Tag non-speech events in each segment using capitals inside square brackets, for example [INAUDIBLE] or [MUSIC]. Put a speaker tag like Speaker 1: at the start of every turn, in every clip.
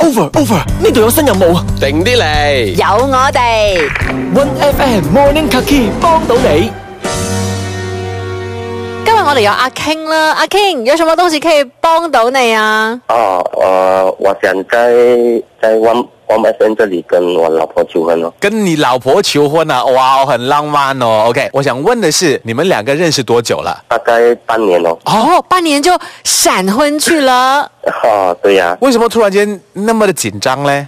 Speaker 1: over over，呢度有新任務啊
Speaker 2: 定啲嚟。
Speaker 3: 有我哋。
Speaker 1: ！One FM Morning Kaki 幫到你。
Speaker 3: 今日我哋有阿 King 啦，阿 King 有什么东西可以帮到你啊？
Speaker 4: 哦，呃，我想在在 One One FM 这里跟我老婆求婚哦。
Speaker 5: 跟你老婆求婚啊，哇，很浪漫哦。OK，我想问的是，你们两个认识多久了？
Speaker 4: 大概半年哦。
Speaker 5: 啊
Speaker 3: 哦，半年就闪婚去了，
Speaker 4: 哦，对呀、 [LAUGHS]
Speaker 5: 为什么突然间那么的紧张嘞？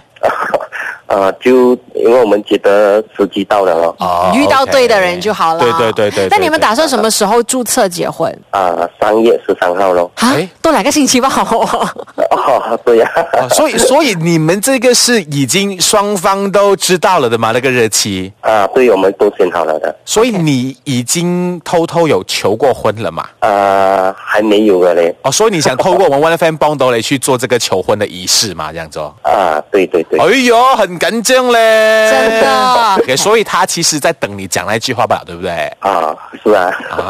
Speaker 4: 呃，就因为我们觉得时机到了哦。
Speaker 5: 哦
Speaker 3: 遇到对的人就好了。
Speaker 5: 对对对对对
Speaker 3: 那你们打算什么时候注册结婚？
Speaker 4: 啊、三月十三号咯。
Speaker 3: 啊
Speaker 5: 哎，
Speaker 3: 都两个星期吧。哦
Speaker 4: 哦，对呀、
Speaker 5: 哦
Speaker 1: [LAUGHS]
Speaker 5: 所以所以你们这个是已经双方都知道了的嘛？那个日期，
Speaker 4: 啊，对，我们都选好了的。
Speaker 5: 所以你已经偷偷有求过婚了嘛？
Speaker 4: 啊，还没有的嘞。
Speaker 5: 哦，所以
Speaker 1: [LAUGHS]
Speaker 5: 你想透过我们 One FM 帮到你去做这个求婚的仪式嘛？这样子哦。
Speaker 4: 啊，对对对。
Speaker 5: 哎呦，很紧张嘞！
Speaker 3: 真的
Speaker 5: OK，所以他其实在等你讲那句话吧，对不对？
Speaker 4: 啊，是啊。
Speaker 3: 真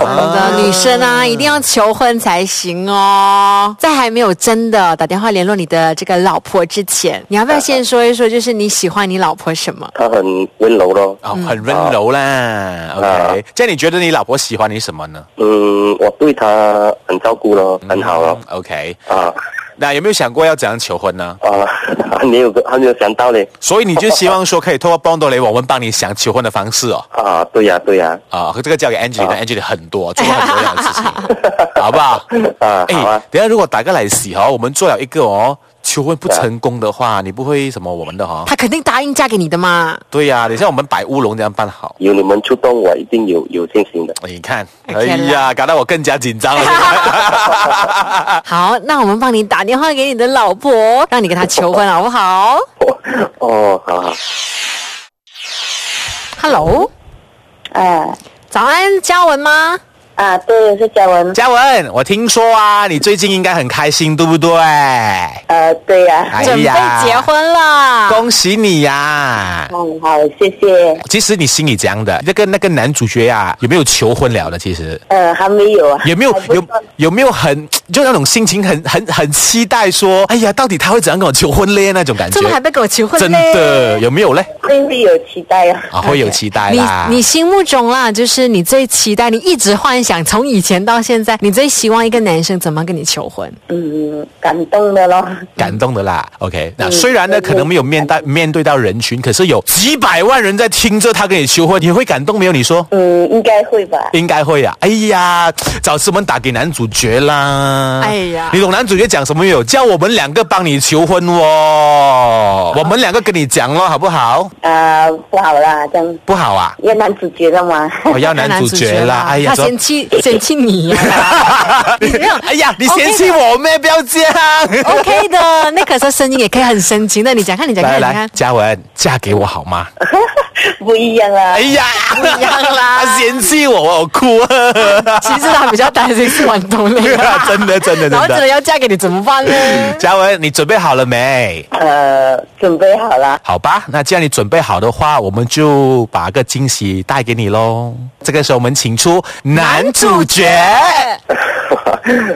Speaker 3: 的，女生啊，一定要求婚才行哦。在还没有真的打电话联络你的这个老婆之前，你要不要先说一说，就是你喜欢你老婆什么？
Speaker 4: 他很温柔咯。
Speaker 5: 哦，很温柔
Speaker 4: 啊
Speaker 5: 啦。OK，这样你觉得你老婆喜欢你什么呢？
Speaker 4: 嗯，我对他很照顾咯，很好咯。
Speaker 5: 嗯 OK，
Speaker 4: 啊
Speaker 5: 那有没有想过要怎样求婚呢？
Speaker 4: 啊， [LAUGHS] 还没有还没有想到嘞。
Speaker 5: 所以你就希望说可以透过帮多雷我们帮你想求婚的方式哦。
Speaker 4: 啊，对呀、对呀、
Speaker 5: 啊、这个交给 Angeline，Angeline、很多做过很多样的事
Speaker 4: [LAUGHS]
Speaker 5: 情，好不好？
Speaker 4: 啊
Speaker 5: 哎、
Speaker 4: 好啊
Speaker 5: 等一下如果打个来喜哈，我们做了一个哦，求婚
Speaker 4: 啊
Speaker 5: 不成功的话，你不会什么我们的哈、
Speaker 3: 她肯定答应嫁给你的嘛。
Speaker 5: 对呀、等一下我们摆乌龙这样办好。
Speaker 4: 有你们出动，我一定有有信心的。
Speaker 5: 你看，哎
Speaker 3: OK 啦
Speaker 5: 呀，搞得我更加紧张了。
Speaker 3: [LAUGHS] 好，那我们帮你打电话给你的老婆，让你跟她求婚好不好
Speaker 4: 哦，好好，
Speaker 3: ？Hello，
Speaker 5: 哎
Speaker 6: 啊
Speaker 3: 早安，嘉文吗？
Speaker 6: 啊，对，我是嘉文。
Speaker 5: 嘉文，我听说啊，你最近应该很开心，对不对？
Speaker 6: 呃，对呀、
Speaker 5: 哎
Speaker 3: 准备结婚啊了。
Speaker 5: 恭喜你呀、
Speaker 6: 嗯，好，谢谢。
Speaker 5: 其实你心里怎样的？那个那个男主角呀、有没有求婚了的？其实
Speaker 6: 呃，还没有啊。
Speaker 5: 有没有
Speaker 6: 还不
Speaker 5: 有
Speaker 6: 算
Speaker 5: 有没有很就那种心情很很很期待说，哎呀，到底他会怎样跟我求婚嘞？那种感觉
Speaker 3: 这，么还没跟我求婚
Speaker 5: 真
Speaker 3: 嘞
Speaker 5: 的有没有嘞？
Speaker 6: 会会有期待啊？
Speaker 5: 啊，会有期待
Speaker 3: 你
Speaker 5: 啦。
Speaker 3: 你心目中啦，就是你最期待，你一直幻想，从以前到现在，你最希望一个男生怎么跟你求婚？
Speaker 6: 嗯，感动的咯。
Speaker 5: 感动的啦，OK。那虽然呢，可能没有面嗯对面对到人群，可是有几百万人在听着他跟你求婚，你会感动没有？你说
Speaker 6: 嗯，应该会吧。
Speaker 5: 应该会啊。哎呀，早知我们打给男主角啦。
Speaker 3: 哎呀
Speaker 5: 你懂男主角讲什么没有？叫我们两个帮你求婚哦，我们两个跟你讲咯，好不好？
Speaker 6: 啊、不好啦，这样
Speaker 5: 不好啊，
Speaker 6: 要男主角了嘛。
Speaker 5: 我要男主角啦。哎呀，
Speaker 3: 他
Speaker 5: 说
Speaker 3: 嫌弃嫌弃你呀、
Speaker 5: [LAUGHS]
Speaker 3: 你这样
Speaker 5: 哎呀，你嫌弃我咩？不要这样。
Speaker 3: OK 的，那可是声音也可以很深情的。你讲看，你讲
Speaker 5: 来
Speaker 3: 看，你
Speaker 5: 来
Speaker 3: 看，，
Speaker 5: 嘉文，嫁给我好吗？
Speaker 6: [LAUGHS] 不一样啦。
Speaker 5: 哎呀，
Speaker 3: 不一样啦
Speaker 5: [LAUGHS] 他嫌弃我，我哭。，
Speaker 3: 其实他比较担心是玩同类
Speaker 5: [LAUGHS] 真的真的真的
Speaker 3: 然后真的要嫁给你怎么
Speaker 5: [LAUGHS]
Speaker 3: 办呢？
Speaker 5: 嘉文，你准备好了没？
Speaker 6: 呃，准备好啦。
Speaker 5: 好吧，那既然你准备好的话，我们就把个惊喜带给你喽。这个时候，我们请出男主角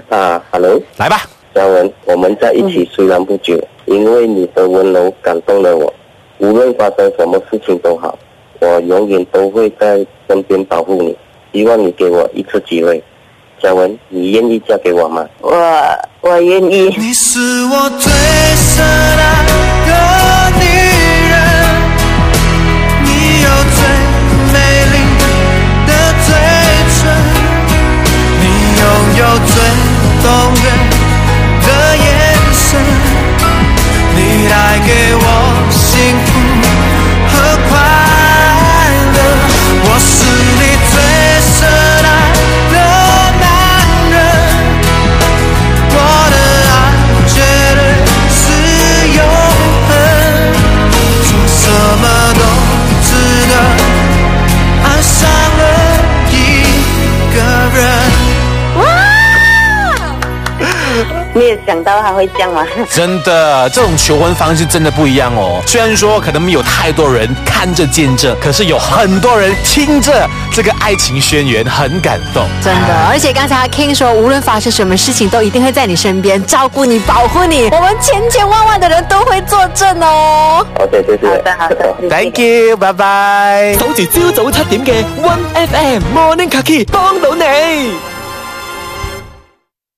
Speaker 4: 啊，Hello，
Speaker 5: 来吧。
Speaker 4: 嘉文，我们在一
Speaker 6: 嗯
Speaker 4: 起虽然不久，因为你的温柔感动了我。无论发生什么事情都好，我永远都会在身边保护你。希望你给我一次机会，嘉文，你愿意嫁给我吗？
Speaker 6: 我我愿意。
Speaker 7: 你是我最深爱的女人，你有最美丽的嘴唇，你拥有最动人的眼神，你带给我幸福和快乐。我是你最深爱的男人。我的爱绝对是
Speaker 6: 没有想到他会这样嘛。
Speaker 5: 真的，这种求婚方式真的不一样哦。虽然说可能没有太多人看着见证，可是有很多人听着这个爱情宣言，很感动。
Speaker 3: 真的，而且刚才阿 King 说，无论发生什么事情，都一定会在你身边照顾你、保护你。我们千千万万的人都会作证哦。
Speaker 4: OK，谢谢。
Speaker 6: 好的，好的，谢谢
Speaker 5: Thank you，拜拜。
Speaker 1: 守住朝早七點嘅 One FM Morning Kaki 幫到你。